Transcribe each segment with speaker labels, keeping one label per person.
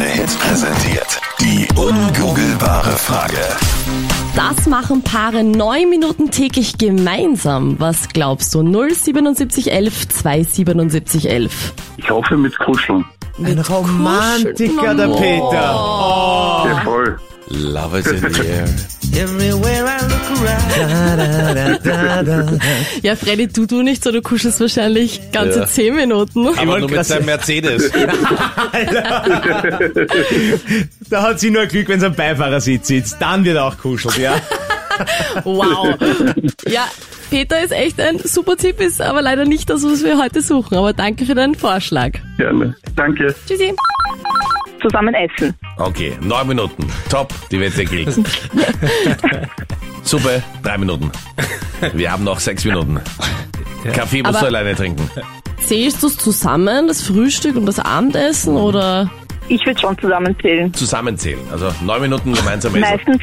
Speaker 1: Hits präsentiert. Die ungoogelbare Frage.
Speaker 2: Das machen Paare neun Minuten täglich gemeinsam. Was glaubst du? 07711 27711.
Speaker 3: Ich hoffe mit Kuscheln.
Speaker 4: Ein Romantiker, der
Speaker 2: Oh.
Speaker 4: Peter.
Speaker 3: Ja, voll.
Speaker 5: Love is in the air.
Speaker 4: Everywhere I look around. Da, da, da, da.
Speaker 2: Ja, Freddy, du, du nicht, so du kuschelst wahrscheinlich ganze
Speaker 5: Ja.
Speaker 2: zehn Minuten.
Speaker 5: Aber nur mit
Speaker 4: grad
Speaker 5: seinem Mercedes.
Speaker 4: Da hat sie nur Glück, wenn sie am Beifahrersitz sitzt. Dann wird er auch kuschelt, ja.
Speaker 2: Wow. Ja, Peter ist echt ein super Tipp, ist aber leider nicht das, was wir heute suchen. Aber danke für deinen Vorschlag.
Speaker 3: Gerne. Danke.
Speaker 2: Tschüssi.
Speaker 6: Zusammen essen.
Speaker 5: Okay, neun Minuten. Top, die Wette kriegt. Suppe, drei Minuten. Wir haben noch sechs Minuten. Kaffee musst
Speaker 2: Aber-
Speaker 5: du alleine trinken.
Speaker 2: Zählst du es zusammen, das Frühstück und das Abendessen? Oder
Speaker 6: Ich würde schon zusammenzählen.
Speaker 5: Zusammenzählen. Also neun Minuten gemeinsam essen.
Speaker 6: Meistens,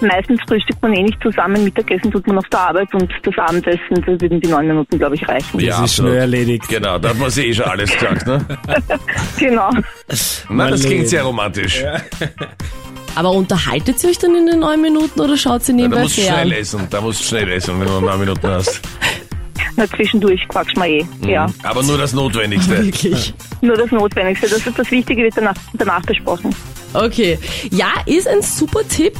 Speaker 6: meistens frühstückt man eh nicht zusammen. Mittagessen tut man auf der Arbeit und das Abendessen, da würden die neun Minuten, glaube ich, reichen.
Speaker 5: Ja,
Speaker 4: ist schnell erledigt.
Speaker 5: Genau, da hat man sich eh schon alles gesagt, ne?
Speaker 6: Genau.
Speaker 5: Na, das
Speaker 4: Mein
Speaker 5: klingt
Speaker 4: Leben.
Speaker 5: sehr romantisch.
Speaker 2: aber unterhaltet ihr euch dann in den neun Minuten oder schaut ihr
Speaker 5: da
Speaker 2: nebenbei
Speaker 5: musst du
Speaker 2: fern?
Speaker 5: schnell essen, da musst du schnell essen, wenn du neun Minuten hast.
Speaker 6: Na, zwischendurch quatscht man eh.
Speaker 5: Mhm.
Speaker 6: Ja.
Speaker 5: Aber nur das Notwendigste.
Speaker 2: Wirklich.
Speaker 6: Nur das Notwendigste. Das ist das Wichtige, wird danach, danach besprochen.
Speaker 2: Okay. Ja, ist ein super Tipp,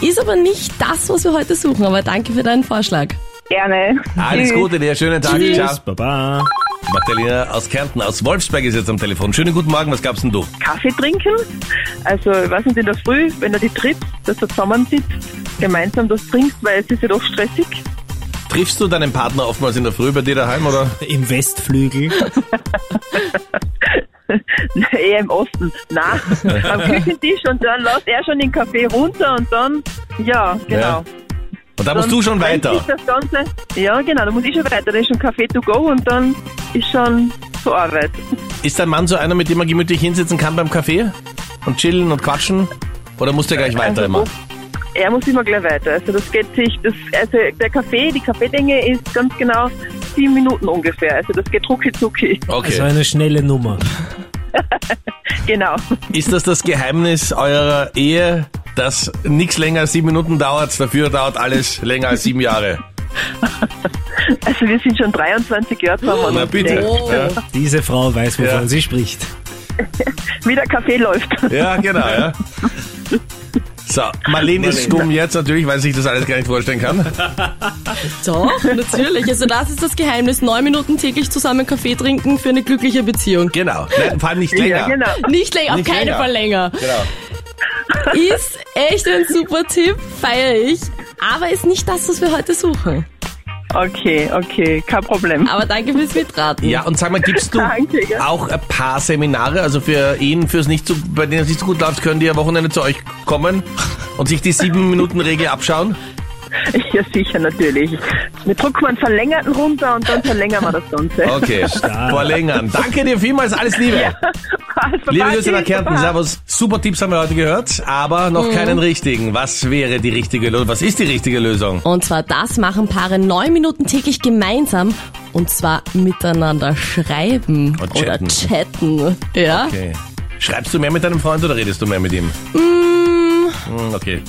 Speaker 2: ist aber nicht das, was wir heute suchen. Aber danke für deinen Vorschlag.
Speaker 6: Gerne.
Speaker 5: Alles
Speaker 6: Tschüss.
Speaker 5: Gute dir, schönen Tag.
Speaker 2: Tschüss.
Speaker 5: Ciao.
Speaker 4: Baba.
Speaker 5: Magdalena aus Kärnten, aus Wolfsberg ist jetzt am Telefon. Schönen guten Morgen, was gab's denn du?
Speaker 7: Kaffee trinken. Also, ich weiß nicht, in der Früh, wenn er die trifft, dass er zusammensitzt, gemeinsam das trinkt, weil es ist ja doch stressig.
Speaker 5: Triffst du deinen Partner oftmals in der Früh bei dir daheim oder?
Speaker 4: Im Westflügel.
Speaker 7: Eher im Osten. Na, am Küchentisch und dann lässt er schon den Kaffee runter und dann, ja, genau.
Speaker 5: Ja. Und da musst du schon
Speaker 7: Dann
Speaker 5: weiter.
Speaker 7: ist Das Ganze, ja, genau, da muss ich schon weiter. Da ist schon Kaffee to go und dann ist schon zur Arbeit.
Speaker 5: Ist dein Mann so einer, mit dem man gemütlich hinsitzen kann beim Kaffee und chillen und quatschen? Oder muss der gleich weiter immer?
Speaker 7: Er muss immer gleich weiter. Also das geht sich, das, also der Kaffee, die Kaffeelänge ist ganz genau sieben Minuten ungefähr. Also das geht rucki zucki.
Speaker 4: Also
Speaker 5: Okay.
Speaker 4: eine schnelle Nummer.
Speaker 7: Genau.
Speaker 5: Ist das das Geheimnis eurer Ehe, dass nichts länger als sieben Minuten dauert, dafür dauert alles länger als sieben Jahre?
Speaker 7: Also wir sind schon 23 Jahre zusammen.
Speaker 5: Na bitte. Ja.
Speaker 4: Diese Frau weiß, wovon
Speaker 5: Ja.
Speaker 4: sie spricht.
Speaker 7: Wie der Kaffee läuft.
Speaker 5: Ja, genau, ja. So, Marlene ist stumm jetzt natürlich, weil sie sich das alles gar nicht vorstellen kann.
Speaker 2: Doch, natürlich. Also das ist das Geheimnis. Neun Minuten täglich zusammen Kaffee trinken für eine glückliche Beziehung.
Speaker 5: Genau. Nein, vor allem nicht länger.
Speaker 7: Ja, genau.
Speaker 2: Nicht länger, Genau. auf
Speaker 5: Nicht
Speaker 2: keinen
Speaker 5: länger.
Speaker 2: Fall länger.
Speaker 5: Genau.
Speaker 2: Ist echt ein super Tipp, feiere ich. Aber ist nicht das, was wir heute suchen.
Speaker 7: Okay, okay, kein Problem.
Speaker 2: Aber danke fürs Mitraten.
Speaker 5: Ja, und sag mal, gibst du
Speaker 7: Danke, ja.
Speaker 5: auch ein paar Seminare, also für ihn, fürs nicht so, bei denen es nicht so gut läuft, können die am Wochenende zu euch kommen und sich die sieben Minuten Regel abschauen?
Speaker 7: Ja, sicher, natürlich. Wir drucken mal einen verlängerten runter und dann verlängern wir das Ganze.
Speaker 5: Okay, verlängern. Danke dir vielmals, alles Liebe.
Speaker 7: Also,
Speaker 5: Liebe
Speaker 7: Baba,
Speaker 5: Grüße nach
Speaker 7: tschüss,
Speaker 5: Kärnten,
Speaker 7: Baba.
Speaker 5: Servus. Super Tipps haben wir heute gehört, aber
Speaker 7: Mhm.
Speaker 5: noch keinen richtigen. Was wäre die richtige Lösung? Was ist die richtige Lösung?
Speaker 2: Und zwar das machen Paare neun Minuten täglich gemeinsam. Und zwar miteinander schreiben
Speaker 5: Und
Speaker 2: oder
Speaker 5: chatten.
Speaker 2: chatten. Ja?
Speaker 5: Okay. Schreibst du mehr mit deinem Freund oder redest du mehr mit ihm? Mm. Okay.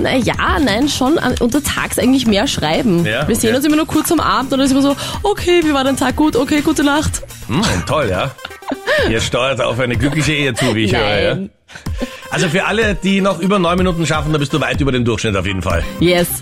Speaker 2: Naja, nein, schon an- untertags eigentlich mehr schreiben.
Speaker 5: Ja,
Speaker 2: Wir sehen
Speaker 5: okay.
Speaker 2: uns immer nur kurz am Abend und dann ist immer so, okay, wie war dein Tag? Gut, okay, gute Nacht.
Speaker 5: Hm, toll, ja. Ihr steuert auf eine glückliche Ehe zu, wie ich höre. Ja?
Speaker 2: Nein.
Speaker 5: Also für alle, die noch über neun Minuten schaffen, da bist du weit über dem Durchschnitt auf jeden Fall.
Speaker 2: Yes.